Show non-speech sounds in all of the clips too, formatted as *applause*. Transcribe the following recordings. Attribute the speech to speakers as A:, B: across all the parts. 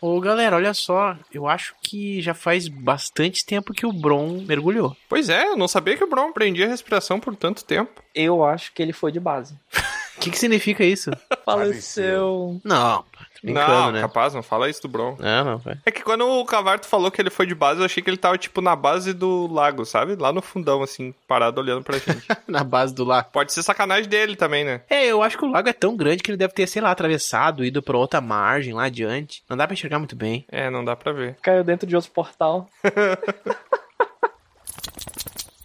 A: Ô, galera, olha só, eu acho que já faz bastante tempo que o Bron mergulhou.
B: Pois é, eu não sabia que o Bron prendia a respiração por tanto tempo.
C: Eu acho que ele foi de base.
A: O *laughs* que, que significa isso?
C: Faleceu.
A: Não, tô brincando,
B: não,
A: né?
B: capaz, não fala isso do Bron.
A: Não, não, vai.
B: É que quando o Cavarto falou que ele foi de base, eu achei que ele tava, tipo, na base do lago, sabe? Lá no fundão, assim, parado olhando
A: *laughs*
B: pra gente.
A: *laughs* Na base do lago.
B: Pode ser sacanagem dele também, né?
A: É, eu acho que o lago é tão grande que ele deve ter, sei lá, atravessado, ido pra outra margem lá adiante. Não dá pra enxergar muito bem.
B: É, não dá pra ver.
C: Caiu dentro de outro portal.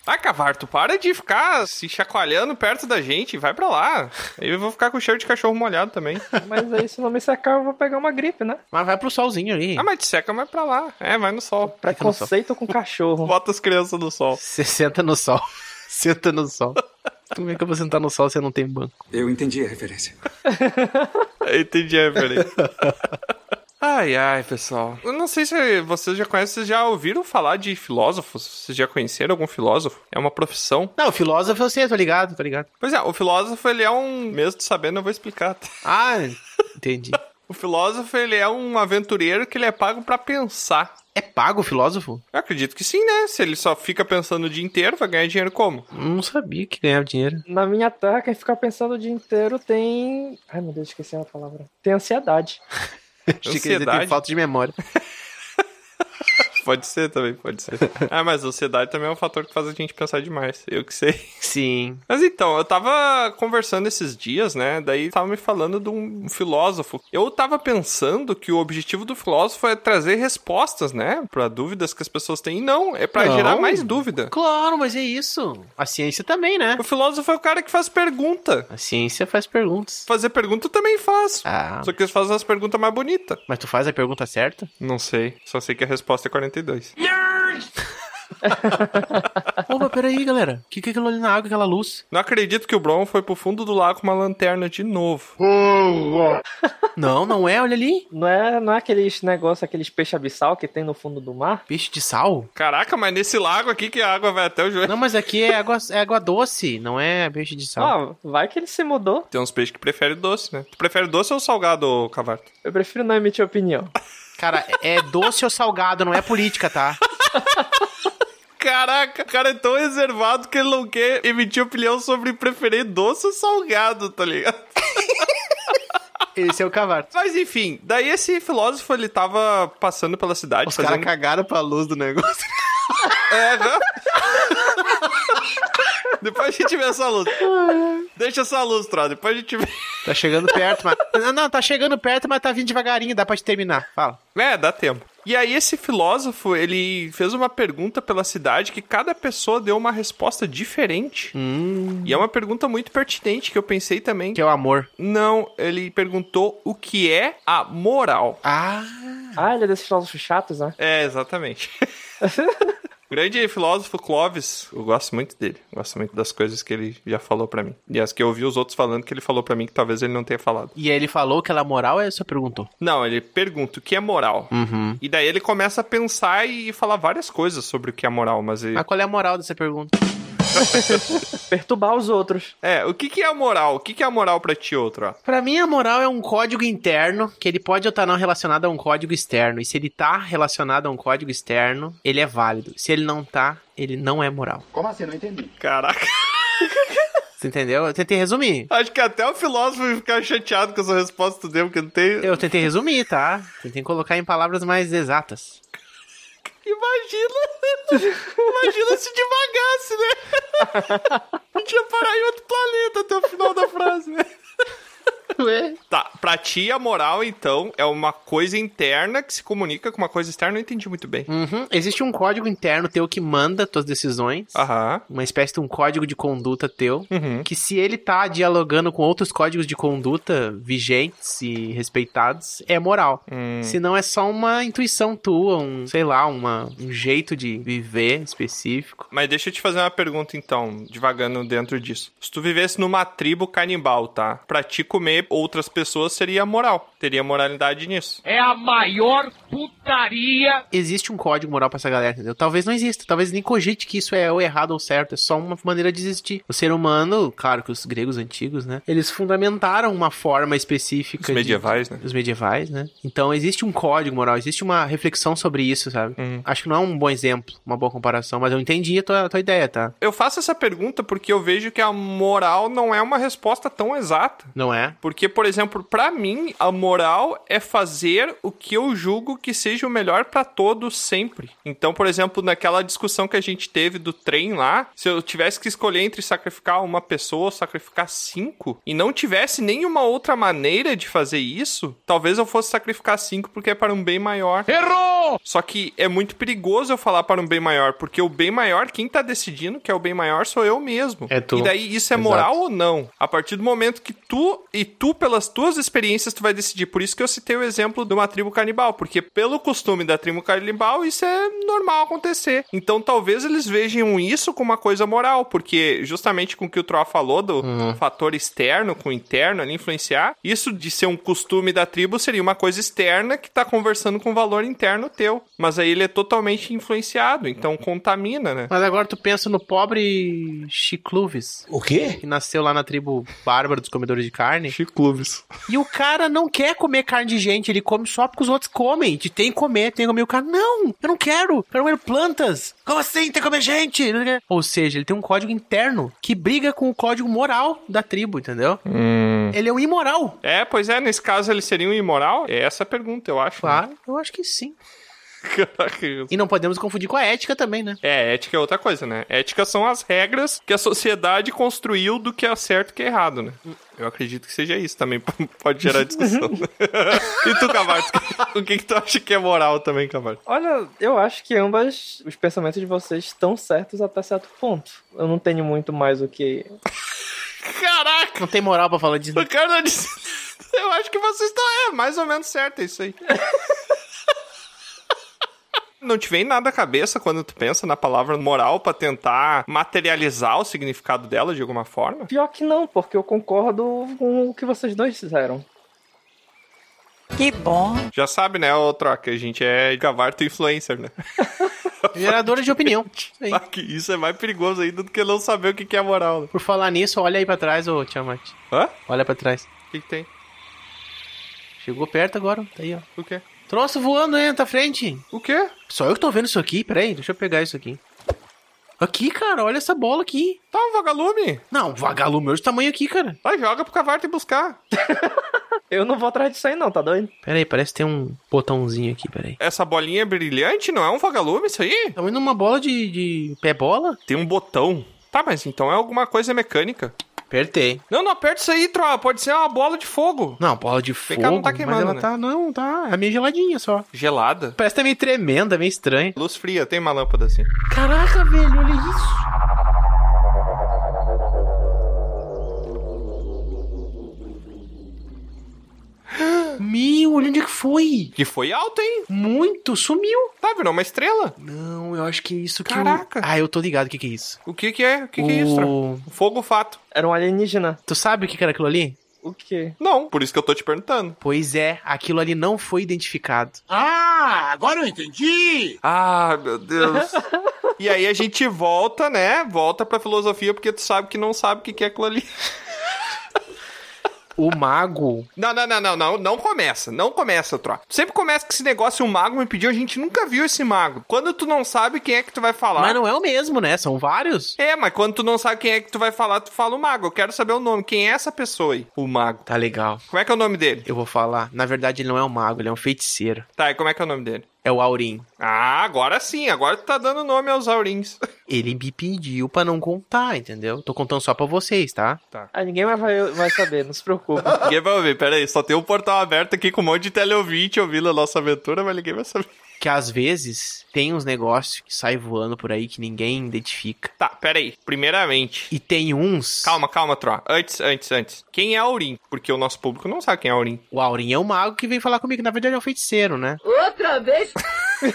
B: Ah, Cavarto, para de ficar se chacoalhando perto da gente, vai pra lá. Eu vou ficar com cheiro de cachorro
A: *laughs*
B: molhado também.
C: Mas aí, se não me secar, eu vou pegar uma gripe, né?
A: Mas vai pro solzinho ali.
B: Ah, mas te seca, mas pra lá. É, vai no sol.
A: Fica no sol.
C: Conceito com cachorro.
B: Bota as crianças no sol.
A: Você senta no sol. *laughs* Senta no sol. Como é que eu vou sentar no sol se eu não tenho banco?
D: Eu entendi a referência.
B: Eu Entendi é, a referência. *laughs* Ai, ai, pessoal. Eu não sei se vocês já conhecem, vocês já ouviram falar de filósofos? Vocês já conheceram algum filósofo? É uma profissão?
A: Não, filósofo eu sei, tô ligado, tô ligado.
B: Pois é, o filósofo, ele é um... Mesmo tu sabendo, eu vou explicar. *laughs* tá?
A: Ah, entendi.
B: O filósofo, ele é um aventureiro que ele é pago pra pensar.
A: *laughs* É pago o filósofo?
B: Eu acredito que sim, né? Se ele só fica pensando o dia inteiro, vai ganhar dinheiro como?
A: Não sabia que ganhava dinheiro.
C: Na minha terra, quem fica pensando o dia inteiro tem. Ai, meu Deus, esqueci a palavra. Tem ansiedade.
A: *laughs* Achei que ele tem
B: Ansiedade.
A: falta de memória.
B: Pode ser também, pode *laughs* ser. ah, mas a ansiedade também é um fator que faz a gente pensar demais. Eu que sei.
A: Sim.
B: Mas então, eu tava conversando esses dias, né? Daí tava me falando de um filósofo. Eu tava pensando que o objetivo do filósofo é trazer respostas, né? Pra dúvidas que as pessoas têm. E não, é pra
A: Não.
B: gerar mais dúvida.
A: Claro, mas é isso. A ciência também, né?
B: O filósofo é o cara que faz pergunta.
A: A ciência faz perguntas.
B: Fazer pergunta eu também faz.
A: Ah,
B: Só que eles fazem as perguntas mais bonitas.
A: mas tu faz a pergunta certa?
B: Não sei. Só sei que a resposta é 42.
A: Opa, peraí, galera. O que, que é aquilo ali na água, aquela luz?
B: Não acredito que o Bron foi pro fundo do lago com uma lanterna de novo.
A: Não, não é, olha ali.
C: Não é, não é aqueles negócios, aqueles peixes abissal que tem no fundo do mar?
A: Peixe de sal?
B: Caraca, mas nesse lago aqui que a água vai até o joelho.
A: Não, mas aqui é água, é água doce, não é peixe de sal.
C: Ah, vai que ele se mudou.
B: Tem uns peixes que preferem doce, né? Tu prefere doce ou salgado, ô Cavarto?
C: Eu prefiro não emitir opinião.
A: Cara, é doce ou salgado, não é política, tá?
B: Caraca, o cara é tão reservado que ele não quer emitir opinião sobre preferir doce ou salgado, tá ligado?
A: Esse é o cavalo.
B: Mas enfim, daí esse filósofo ele tava passando pela cidade.
A: Os caras um cagaram pra luz do negócio.
B: É, né? *laughs* Depois a gente vê essa luz. Deixa essa luz, Tro. Depois a gente vê.
A: Tá chegando perto, mas. Não, não, tá chegando perto, mas tá vindo devagarinho, dá pra te terminar. Fala.
B: É, dá tempo. E aí esse filósofo, ele fez uma pergunta pela cidade que cada pessoa deu uma resposta diferente.
A: Hum.
B: E é uma pergunta muito pertinente que eu pensei também.
A: Que é o amor.
B: Não, ele perguntou o que é a moral.
A: Ah.
C: Ah, ele é desses filósofos chatos, né?
B: É, exatamente. *laughs* O grande filósofo Clovis, eu gosto muito dele. Gosto muito das coisas que ele já falou pra mim. E as que eu ouvi os outros falando que ele falou pra mim que talvez ele não tenha falado.
A: E aí ele falou que ela é moral, aí você perguntou.
B: Não, ele pergunta o que é moral.
A: Uhum.
B: E daí ele começa a pensar e falar várias coisas sobre o que é moral, mas ele...
A: Mas qual é a moral dessa pergunta?
C: Perturbar os outros.
B: É, o que que é a moral? O que que é a moral pra ti, outro? ó?
A: Pra mim, a moral é um código interno, que ele pode ou tá não relacionado a um código externo. E se ele tá relacionado a um código externo, ele é válido. Se ele não tá, ele não é moral.
B: Caraca, *laughs*
A: Você entendeu? Eu tentei resumir.
B: acho que até o filósofo vai ficar chateado com essa resposta do tempo, porque não tem...
A: Eu tentei resumir, tá? Tentei colocar em palavras mais exatas.
B: Imagina! Imagina se devagasse, né? Não tinha parar em outro planeta até o final da frase, né?
A: Ué?
B: Tá, pra ti a moral, então, é uma coisa interna que se comunica com uma coisa externa, eu não entendi muito bem.
A: Uhum. Existe um código interno teu que manda tuas decisões.
B: Aham.
A: Uma espécie de um código de conduta teu.
B: Uhum.
A: Que se ele tá dialogando com outros códigos de conduta vigentes e respeitados, é moral.
B: Hum.
A: Se não é só uma intuição tua, um, sei lá, uma, um jeito de viver específico.
B: Mas deixa eu te fazer uma pergunta, então, devagando dentro disso. Se tu vivesse numa tribo canibal, tá? Pra ti comer outras pessoas seria a moral. Teria moralidade nisso.
D: É a maior putaria.
A: Existe um código moral pra essa galera, entendeu? Talvez não exista, talvez nem cogite que isso é ou errado ou certo, é só uma maneira de existir. O ser humano, claro que os gregos antigos, né? Eles fundamentaram uma forma específica.
B: Os
A: de-
B: medievais, né?
A: Os medievais, né? Então existe um código moral, existe uma reflexão sobre isso, sabe?
B: Uhum.
A: Acho que não é um bom exemplo, uma boa comparação, mas eu entendi a tua, a tua ideia, tá?
B: Eu faço essa pergunta porque eu vejo que a moral não é uma resposta tão exata.
A: Não é?
B: Porque, por exemplo, pra mim, a moral é fazer o que eu julgo que seja o melhor pra todos sempre. Então, por exemplo, naquela discussão que a gente teve do trem lá, se eu tivesse que escolher entre sacrificar uma pessoa ou sacrificar cinco, e não tivesse nenhuma outra maneira de fazer isso, talvez eu fosse sacrificar cinco porque é para um bem maior.
D: Errou!
B: Só que é muito perigoso eu falar para um bem maior, porque o bem maior, quem tá decidindo que é o bem maior sou eu mesmo.
A: É tu.
B: E daí isso é
A: Exato.
B: moral ou não? A partir do momento que tu e tu pelas tuas experiências tu vai decidir. Por isso que eu citei o exemplo de uma tribo canibal, porque pelo costume da tribo canibal isso é normal acontecer. Então talvez eles vejam isso como uma coisa moral, porque justamente com o que o Troa falou do fator externo com o interno ali influenciar, isso de ser um costume da tribo seria uma coisa externa que tá conversando com o valor interno teu, mas aí ele é totalmente influenciado, então contamina, né?
A: Mas agora tu pensa no pobre Chicluves,
E: O quê?
A: que nasceu lá na tribo bárbara dos comedores de carne.
B: Chico Clubes.
A: E o cara não quer comer carne de gente, ele come só porque os outros comem. De tem que comer, tem que comer. O cara, não, eu não quero, eu quero comer plantas. Como assim, tem que comer gente? Ou seja, ele tem um código interno que briga com o código moral da tribo, entendeu? Ele é um imoral.
B: É, pois é, nesse caso eles seriam imoral? É essa a pergunta, eu acho. né?
A: Claro, eu acho que sim.
B: *laughs* Caraca, isso.
A: E não podemos confundir com a ética também, né?
B: É, ética é outra coisa, né? Ética são as regras que a sociedade construiu do que é certo e que é errado, né? Eu acredito que seja isso também, *laughs* pode gerar discussão. e tu, Cavarto, o que, que tu acha que é moral também, Cavarto?
C: Olha, eu acho que ambas os pensamentos de vocês estão certos até certo ponto. Eu não tenho muito mais o que.
B: Caraca,
A: Não tem moral pra *laughs* falar disso.
B: o cara não disse... *laughs* Eu acho que vocês estão... É, mais ou menos certo, é isso aí. *laughs* Não te vem nada à cabeça quando tu pensa na palavra moral pra tentar materializar o significado dela de alguma forma?
C: Pior que não, porque eu concordo com o que vocês dois fizeram.
F: Que bom.
B: Já sabe, né, ô Troca? A gente é Gavarto influencer, né?
A: Geradora de opinião. Isso aí.
B: *laughs* Ah, que Isso é mais perigoso ainda do que não saber o que que é moral. né?
A: Por falar nisso, olha aí pra trás, ô Tiamat.
B: Hã?
A: Olha pra trás.
B: O que, que tem?
A: Chegou perto agora, tá aí, ó.
B: O quê?
A: Troço voando aí na tua frente.
B: O quê?
A: Só eu que tô vendo isso aqui? Peraí, deixa eu pegar isso aqui. Aqui, cara, olha essa bola aqui.
B: Tá um vagalume.
A: Não, vagalume, olha esse tamanho aqui, cara.
B: Vai, joga pro Gavarto e buscar.
C: Eu não vou atrás disso aí, não, tá doido?
A: Peraí, parece que tem um botãozinho aqui, peraí.
B: Essa bolinha brilhante não é um vagalume isso aí?
A: Tamanho de uma bola de, de pé bola?
B: Tem um botão. Tá, mas então é alguma coisa mecânica.
A: Apertei.
B: Não, não aperta isso aí, Troa. Pode ser uma bola de fogo.
A: Não, bola de fogo.
B: cá, não tá
A: mas
B: queimando,
A: ela
B: né?
A: tá, não, tá. É meio geladinha só.
B: Gelada.
A: Parece que tá meio tremenda, meio estranha.
B: Luz fria, tem uma lâmpada assim.
A: Caraca, velho, olha isso. Meu, olha onde é que foi?
B: Que foi alto, hein?
A: Muito, sumiu.
B: Tá, virou uma estrela.
A: Não, eu acho que é isso que
B: Caraca.
A: o- Ah, eu tô ligado o que que é isso.
B: O que que é? O que que é isso, Troa?
A: O-
B: Fogo fato.
C: Era um alienígena.
A: Tu sabe o que que era aquilo ali?
C: O quê?
B: Não, por isso que eu tô te perguntando.
A: Pois é, aquilo ali não foi identificado.
D: Ah, agora eu entendi!
B: Ah, meu Deus. *laughs* e aí a gente volta, né? Volta pra filosofia, porque tu sabe que não sabe o que que é aquilo ali.
A: O mago...
B: Não, não, não, não, não. Não começa. Não começa, Tro. Sempre começa com esse negócio, o mago me pediu, a gente nunca viu esse mago. Quando tu não sabe quem é que tu vai falar.
A: Mas não é o mesmo, né? São vários.
B: É, mas quando tu não sabe quem é que tu vai falar, tu fala o mago. Eu quero saber o nome. Quem é essa pessoa aí? O mago.
A: Tá legal.
B: Como é que é o nome dele?
A: Eu vou falar. Na verdade, ele não é um mago, ele é um feiticeiro.
B: Tá, e como é que é o nome dele?
A: É o Aurim.
B: Ah, agora sim. Agora tu tá dando nome aos aurins.
A: Ele me pediu pra não contar, entendeu? Tô contando só pra vocês, tá?
C: Ah, ninguém mais vai, vai saber, não se preocupa.
B: *laughs* Ninguém vai ouvir, peraí, só tem um portal aberto aqui com um monte de teleouvinte ouvindo a nossa aventura, mas ninguém vai saber.
A: Que às vezes tem uns negócios que saem voando por aí que ninguém identifica.
B: Tá, peraí, primeiramente.
A: E tem uns...
B: Calma, calma, Tro. Antes, antes, antes. Quem é Aurim? Porque o nosso público não sabe quem é Aurim.
A: O Aurim é o mago que veio falar comigo. Na verdade, é um feiticeiro, né?
G: Outra vez?
B: *laughs*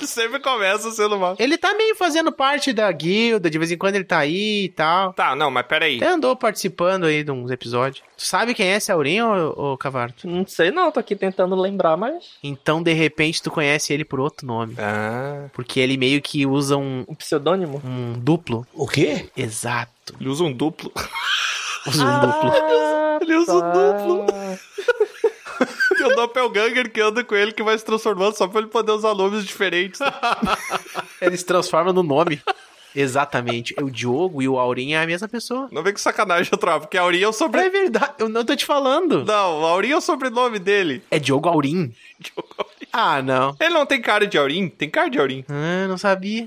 B: Sempre começa sendo mal.
A: Ele tá meio fazendo parte da guilda, de vez em quando ele tá aí e tal.
B: Tá, não, mas peraí.
A: Até andou participando aí de uns episódios. Tu sabe quem é esse Aurinho, ô, ô Cavarto?
C: Não sei não, tô aqui tentando lembrar, mas.
A: Então, de repente, tu conhece ele por outro nome.
B: Ah,
A: Porque ele meio que usa um,
C: Um pseudônimo?
A: um duplo.
D: O quê?
A: Exato.
B: ele usa um duplo.
A: Usa um duplo.
B: Ele usa o duplo.
C: tá.
B: *laughs* Tem um doppelganger que anda com ele que vai se transformando só pra ele poder usar nomes diferentes.
A: Ele se transforma no nome. Exatamente. O Diogo e o Aurinho é a mesma pessoa.
B: Não vem com sacanagem, tropa, porque Aurinho é o sobrenome.
A: É verdade, eu não tô te falando.
B: Não, Aurinho é o sobrenome dele.
A: É Diogo Aurim? Ah, não.
B: Ele não tem cara de Aurim? Tem cara de Aurim.
A: Ah, não sabia.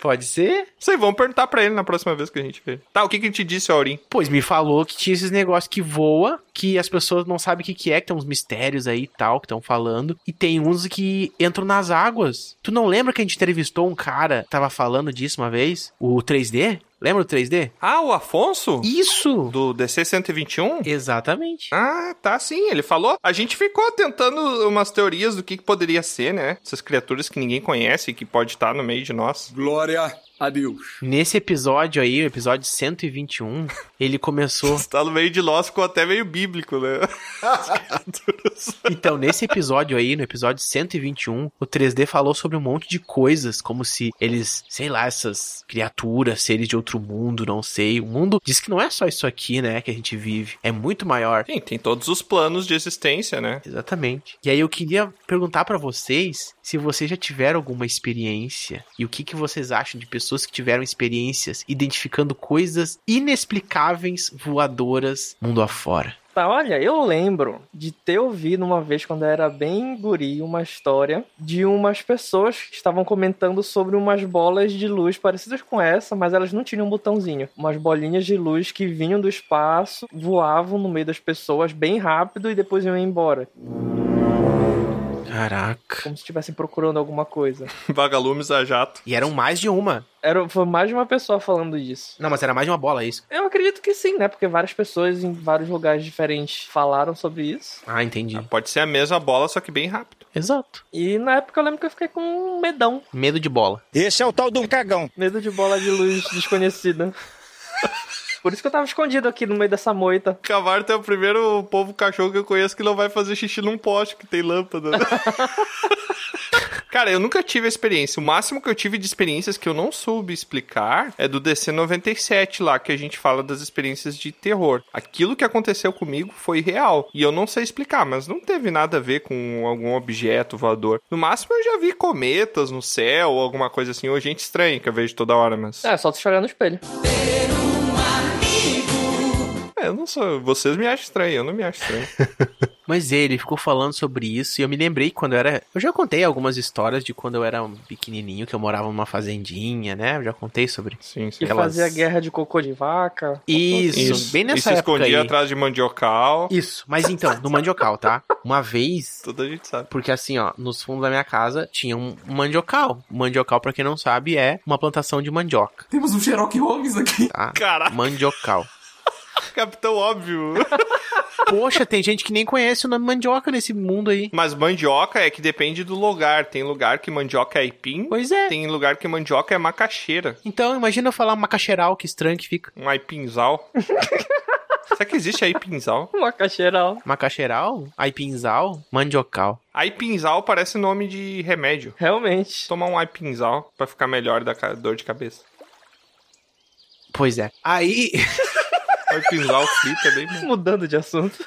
A: Pode ser?
B: Vocês vão perguntar pra ele na próxima vez que a gente vê. Tá, o que que ele te disse, Aurim?
A: Pois me falou que tinha esses negócios que voa, que as pessoas não sabem o que, que é, que tem uns mistérios aí e tal, que estão falando. E tem uns que entram nas águas. Tu não lembra que a gente entrevistou um cara que tava falando disso uma vez? O 3D? Lembra do 3D?
B: Ah, o Afonso?
A: Isso!
B: Do DC 121?
A: Exatamente.
B: Ah, tá sim, ele falou. A gente ficou tentando umas teorias do que, que poderia ser, né? Essas criaturas que ninguém conhece e que pode estar no meio de nós.
E: Glória a Deus.
A: Nesse episódio aí, o episódio 121, ele
B: *laughs*
A: começou.
B: Está Tá no meio de nós, ficou até meio bíblico, né?
A: Então, nesse episódio aí, no episódio 121, o 3D falou sobre um monte de coisas, como se eles, sei lá, essas criaturas, seres de outro mundo, não sei. O mundo diz que não é só isso aqui, né, que a gente vive. É muito maior.
B: Sim, tem todos os planos de existência, né?
A: Exatamente. E aí eu queria perguntar pra vocês se vocês já tiveram alguma experiência e o que, que vocês acham de pessoas que tiveram experiências identificando coisas inexplicáveis voadoras mundo afora.
C: Tá, olha, eu lembro de ter ouvido uma vez, quando eu era bem guri, uma história de umas pessoas que estavam comentando sobre umas bolas de luz parecidas com essa, mas elas não tinham um botãozinho. Umas bolinhas de luz que vinham do espaço, voavam no meio das pessoas bem rápido e depois iam embora.
A: Caraca.
C: Como se estivessem procurando alguma coisa.
B: Vagalumes a jato.
A: E eram mais de uma.
C: Era, foi mais de uma pessoa falando isso.
A: Não, mas era mais de uma bola, é isso.
C: Eu acredito que sim, né? Porque várias pessoas em vários lugares diferentes falaram sobre isso.
A: Ah, entendi.
B: Ah, Pode ser a mesma bola, só que bem rápido.
A: Exato.
C: E na época eu lembro que eu fiquei com um medão.
A: Medo de bola.
E: Esse é o tal do cagão.
C: Medo de bola de luz desconhecida. Por isso que eu tava escondido aqui no meio dessa moita.
B: Cavarto é o primeiro povo cachorro que eu conheço que não vai fazer xixi num poste que tem lâmpada. né? Cara, eu nunca tive a experiência. O máximo que eu tive de experiências que eu não soube explicar é do DC 97 lá, que a gente fala das experiências de terror. Aquilo que aconteceu comigo foi real. E eu não sei explicar, mas não teve nada a ver com algum objeto voador. No máximo eu já vi cometas no céu, ou alguma coisa assim, ou gente estranha que eu vejo toda hora, mas.
C: É, só se olhar no espelho.
B: É, eu não sou. Vocês me acham estranho, eu não me acho
A: *laughs*
B: estranho.
A: Mas ele ficou falando sobre isso e eu me lembrei quando eu era. Eu já contei algumas histórias de quando eu era um pequenininho, que eu morava numa fazendinha, né? Eu já contei sobre.
B: Sim, sim.
C: E
A: Aquelas-
C: fazia guerra de cocô de vaca. *laughs*
A: Isso, bem
B: e
A: nessa
B: se
A: época.
B: escondia
A: aí.
B: atrás de mandiocal.
A: Isso, mas então, no mandiocal, tá? Uma vez
B: Toda a gente sabe.
A: Porque assim, ó, nos fundos da minha casa tinha um mandiocal. Mandiocal, pra quem não sabe, é uma plantação de mandioca,
E: Temos um Sherlock Holmes aqui.
A: tá?
B: Caraca.
A: Mandiocal.
B: Capitão *laughs* óbvio.
A: Poxa, tem gente que nem conhece o nome mandioca nesse mundo aí.
B: Mas mandioca é que depende do lugar. Tem lugar que mandioca é aipim.
A: Pois é.
B: Tem lugar que mandioca é macaxeira.
A: Então, imagina eu falar macaxeral, que estranho que fica.
B: Um
A: *laughs*
B: aipinzal. Será que existe aipinzal?
C: Uma caixeiral.
A: Macaxeral, aipinzal, mandiocal.
B: Aipinzal parece nome de remédio.
C: Realmente.
B: Tomar um aipinzal pra ficar melhor da ca- dor de cabeça.
A: Pois é. Aí, *laughs*
B: Aipinzal frito é bem bom.
C: Mudando de assunto.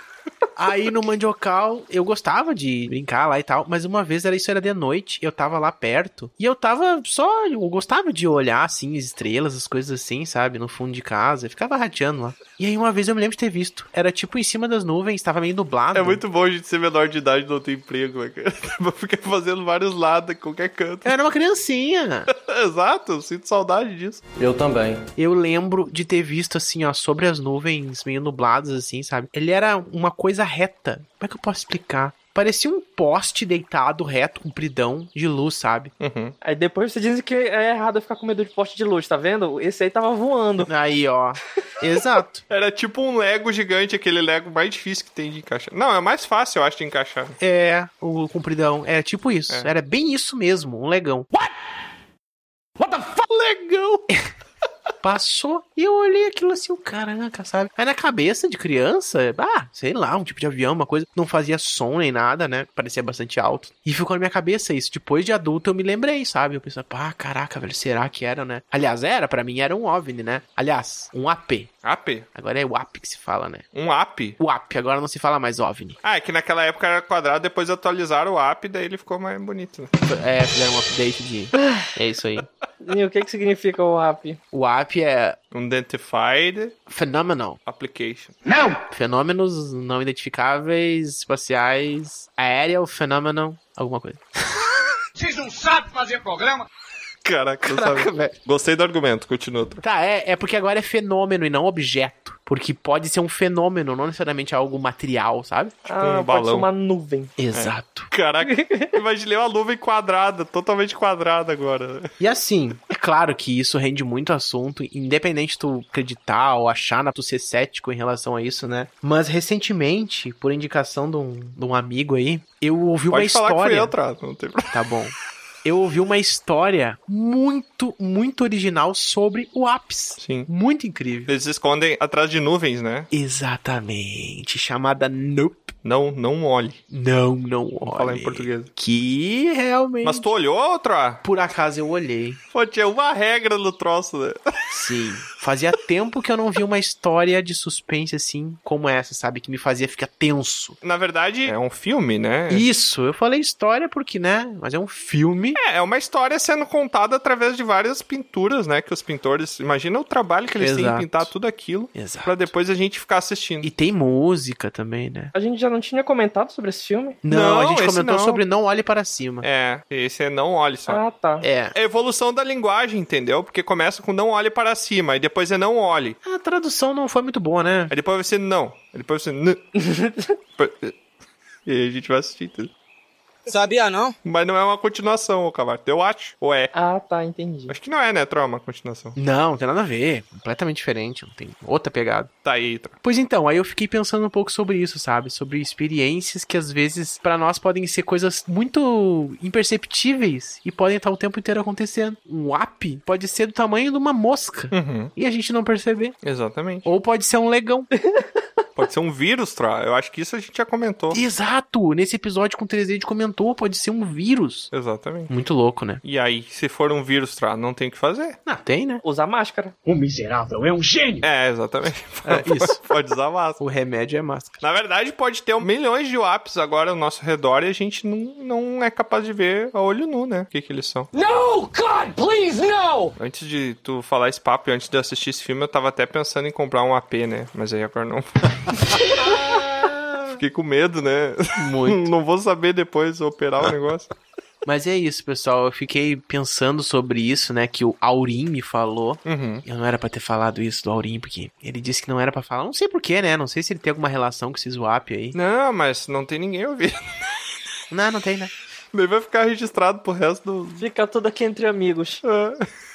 A: aí no mandiocal, eu gostava de brincar lá e tal, mas uma vez era isso era de noite, eu tava lá perto, e eu tava só, eu gostava de olhar assim as estrelas, as coisas assim, sabe, no fundo de casa, eu ficava rateando lá. E aí uma vez eu me lembro de ter visto, era tipo em cima das nuvens, tava meio nublado.
B: É muito bom a gente ser menor de idade e não ter emprego, *laughs* né, cara? Pra Ficar fazendo vários lados, em qualquer canto. *laughs*
A: Eu era uma criancinha.
B: Exato, eu sinto saudade disso.
E: Eu também.
A: Eu lembro de ter visto assim, ó, sobre as nuvens meio nubladas, assim, sabe? Ele era uma coisa reta. Como é que eu posso explicar? Parecia um poste deitado, reto, compridão, de luz, sabe?
B: Uhum.
C: Aí depois você diz que é errado eu ficar com medo de poste de luz, tá vendo? Esse aí tava voando.
A: Aí, ó. Exato.
B: Era tipo um Lego gigante, aquele Lego mais difícil que tem de encaixar. Não, é o mais fácil, eu acho, de encaixar.
A: É, o compridão. É tipo isso.
B: É.
A: Era bem isso mesmo, um legão. What? What the fuck? Legão! *laughs* Passou e eu olhei aquilo assim, o caraca, sabe? Aí na cabeça de criança, ah, sei lá, um tipo de avião, uma coisa, não fazia som nem nada, né? Parecia bastante alto. E ficou na minha cabeça isso. Depois de adulto eu me lembrei, sabe? Eu pensei, pá, caraca, velho, será que era, né? Aliás, era, pra mim era um OVNI, né? Aliás, um AP.
B: AP?
A: Agora é o AP que se fala, né?
B: Um AP?
A: O AP, agora não se fala mais OVNI.
B: Ah, é que naquela época era quadrado, depois atualizaram o AP, daí ele ficou mais bonito, né?
A: É, fizeram um update de.
B: Ah.
A: É isso aí.
C: E o que que significa o rap?
B: Tipo
A: O app é
B: Identified
A: Phenomenal.
B: Application.
A: Fenômenos não identificáveis, espaciais, aerial phenomenon, alguma coisa.
D: Vocês não sabem fazer programa?
B: Caraca, eu sabia.
A: velho.
B: Gostei do argumento, continua. Tro.
A: Tá, é, é porque agora é fenômeno e não objeto. Porque pode ser um fenômeno, não necessariamente algo material, sabe?
C: ah,
B: um
C: pode ser
B: balão.
C: uma nuvem.
A: Exato.
B: *laughs* Caraca, imaginei uma nuvem quadrada, totalmente quadrada agora.
A: E assim, é claro que isso rende muito assunto, independente tu acreditar ou achar, na- tu ser cético em relação a isso, né? Mas recentemente, por indicação de um, de um amigo aí, eu ouvi uma
B: Pode falar
A: história.
B: que fui eu, Trato, não tem problema.
A: Tá bom. Eu ouvi uma história muito, muito original sobre o ápice.
B: Sim.
A: Muito incrível.
B: Eles se escondem atrás de nuvens, né?
A: Exatamente. Chamada Nope.
B: Não, não olhe.
A: Não, não olhe.
B: Falar em português.
A: Que realmente.
B: Mas tu olhou, Tra?
A: Por acaso eu olhei.
B: Pô, tinha uma regra no troço, né?
A: Sim.
B: *laughs*
A: Fazia tempo que eu não vi uma história de suspense assim como essa, sabe? Que me fazia ficar tenso.
B: Na verdade, é um filme, né?
A: Isso, eu falei história porque, né? Mas é um filme.
B: É, é uma história sendo contada através de várias pinturas, né? Que os pintores. Imagina o trabalho que eles têm em
A: Exato.
B: pintar tudo aquilo
A: Exato.
B: pra depois a gente ficar assistindo.
A: E tem música também, né?
C: A gente já não tinha comentado sobre esse filme?
A: Não, a
B: Não,
A: gente
B: esse
A: comentou
B: não.
A: sobre Não Olhe Para Cima.
B: É, esse é não olhe só.
C: Ah, tá.
A: É.
B: É a evolução da linguagem, entendeu? Porque começa com não olhe para cima, e depois é não olhe.
A: A tradução não foi muito boa, né?
B: Aí depois vai ser não. Aí depois vai ser n. e aí a gente vai assistir, entendeu?
G: Sabia não?
B: Mas não é uma continuação, ô Cavaco. Eu acho. Ou é?
C: Ah, tá, entendi.
B: Acho que não é, né, Tro? Uma continuação.
A: Não, não tem nada a ver. Completamente diferente. Não tem outra pegada.
B: Tá aí, Tro.
A: Pois então, aí eu fiquei pensando um pouco sobre isso, sabe? Sobre experiências que às vezes pra nós podem ser coisas muito imperceptíveis e podem estar o tempo inteiro acontecendo. Um app pode ser do tamanho de uma mosca
B: Uhum.
A: e a gente não perceber.
B: Exatamente.
A: Ou pode ser um *laughs* legão.
B: Pode ser um vírus, Tro. Eu acho que isso a gente já comentou.
A: Exato! Nesse episódio com o 3 d comentou, pode ser um vírus.
B: Exatamente.
A: Muito louco, né?
B: E aí, se for um vírus, Tro, não tem o que fazer.
A: Ah, tem, né?
C: Usar máscara.
D: O miserável é um gênio.
B: É, exatamente.
A: É, isso.
B: *laughs* Pode usar máscara.
A: O remédio é *laughs* máscara.
B: Na verdade, pode ter milhões de apps agora ao nosso redor e a gente não, não é capaz de ver a olho nu, né? O que, que eles são.
D: No, God, please, no!
B: Antes de tu falar esse papo e antes de eu assistir esse filme, eu tava até pensando em comprar um AP, né? Mas aí agora não. Fiquei com medo, né?
A: Muito.
B: não vou saber depois operar o negócio.
A: Mas é isso, pessoal. Eu fiquei pensando sobre isso, né? Que o Aurim me falou.
B: Uhum.
A: Eu não era pra ter falado isso do Aurim, porque ele disse que não era pra falar. Não sei porquê, né? Não sei se ele tem alguma relação com esse swap aí.
B: Não, mas não tem ninguém ouvindo.
A: Não, não tem, né?
B: Nem vai ficar registrado pro resto do. É.
C: Fica tudo aqui entre amigos.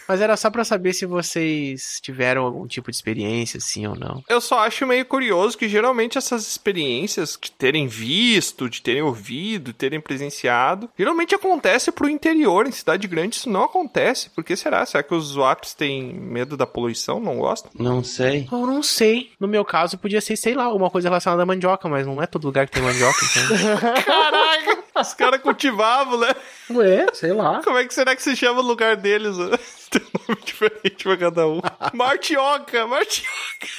A: Mas era só pra saber se vocês tiveram algum tipo de experiência, sim ou não.
B: Eu só acho meio curioso que geralmente essas experiências de terem visto, de terem ouvido, terem presenciado, geralmente acontece pro interior, em cidade grande isso não acontece. Por que será? Será que os apps têm medo da poluição, não gostam?
A: Eu não sei. No meu caso, podia ser, sei lá, alguma coisa relacionada à mandioca, mas não é todo lugar que tem mandioca, então.
B: Caraca, os caras cultivavam, né? *laughs*
A: Ué, sei lá.
B: Como é que será que se chama o lugar deles? *laughs* né? Tem um nome diferente pra cada
C: *laughs*
B: um. Martioca, Martioca.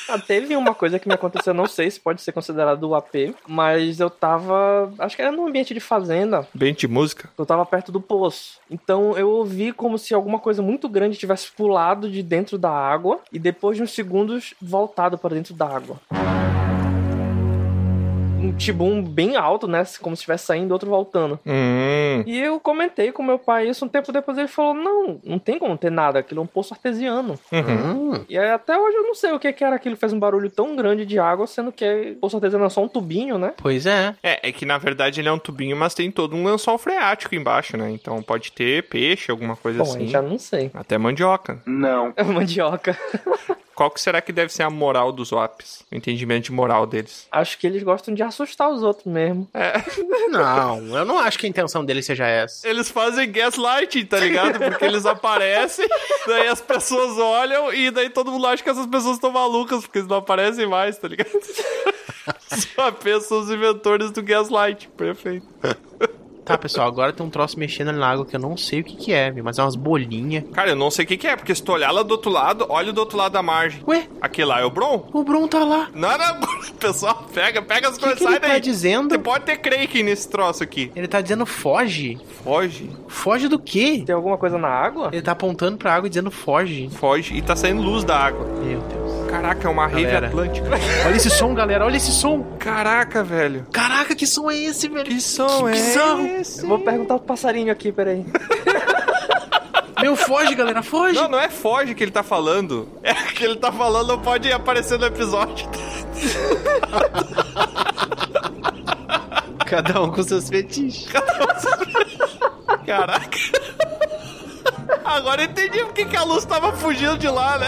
C: Ah, teve uma coisa que me aconteceu, não sei se pode ser considerado o AP, mas eu tava. Acho que era num ambiente de fazenda.
B: Bem de música.
C: Eu tava perto do poço. Então eu ouvi como se alguma coisa muito grande tivesse pulado de dentro da água e depois de uns segundos voltado para dentro da água. um tibum bem alto, né? Como se estivesse saindo, outro voltando.
B: Hum.
C: E eu comentei com meu pai isso um tempo depois. Ele falou: Não, não tem como ter nada. Aquilo é um poço artesiano.
B: Uhum.
C: E aí, até hoje eu não sei o que, que era aquilo. Fez um barulho tão grande de água, sendo que poço artesiano é só um tubinho, né?
A: Pois é.
B: É, é que na verdade ele é um tubinho, mas tem todo um lençol freático embaixo, né? Então pode ter peixe, alguma coisa
C: Bom,
B: assim.
C: eu já não sei.
B: Até mandioca.
C: É mandioca.
B: Qual que será que deve ser a moral dos ops? O entendimento de moral deles.
C: Acho que eles gostam de assustar os outros mesmo.
A: Não, eu não acho que a intenção dele seja essa.
B: Eles fazem gaslighting, tá ligado? Porque eles aparecem, *laughs* daí as pessoas olham e daí todo mundo acha que essas pessoas estão malucas porque eles não aparecem mais, tá ligado? *laughs* Só pensam os inventores do gaslight, perfeito.
A: Tá, pessoal, agora tem um troço mexendo ali na água que eu não sei o que que é, viu? mas é umas bolinhas.
B: Cara, eu não sei o que, que é, porque se tu olhar lá do outro lado, olha do outro lado da margem.
A: Ué,
B: Aquele lá é o Bron?
A: o Bron tá lá.
B: Não, *laughs* não, pessoal, pega, pega as
A: O que,
B: coisas,
A: que
B: sai
A: ele tá
B: daí. Você
A: dizendo?
B: pode ter Kraken nesse troço aqui.
A: Ele tá dizendo foge.
B: Foge.
A: Foge do quê?
C: Tem alguma coisa na água?
A: Ele tá apontando pra água e dizendo foge.
B: Foge. E tá saindo luz da água.
A: Meu Deus.
B: Caraca, é uma rave
A: Galera.
B: atlântica.
A: Olha esse som, galera, olha esse som.
B: Caraca, velho.
A: Caraca, que som é esse, velho?
B: Que som
A: Que
B: é
A: bizarro.
B: esse?
C: Eu vou perguntar pro passarinho aqui, peraí.
A: Meu, foge, galera, foge.
B: Não, não é foge que ele tá falando. É que ele tá falando, não pode aparecer no episódio.
A: Cada um com seus fetiches.
B: Caraca. Agora eu entendi porque que a luz tava fugindo de lá, né?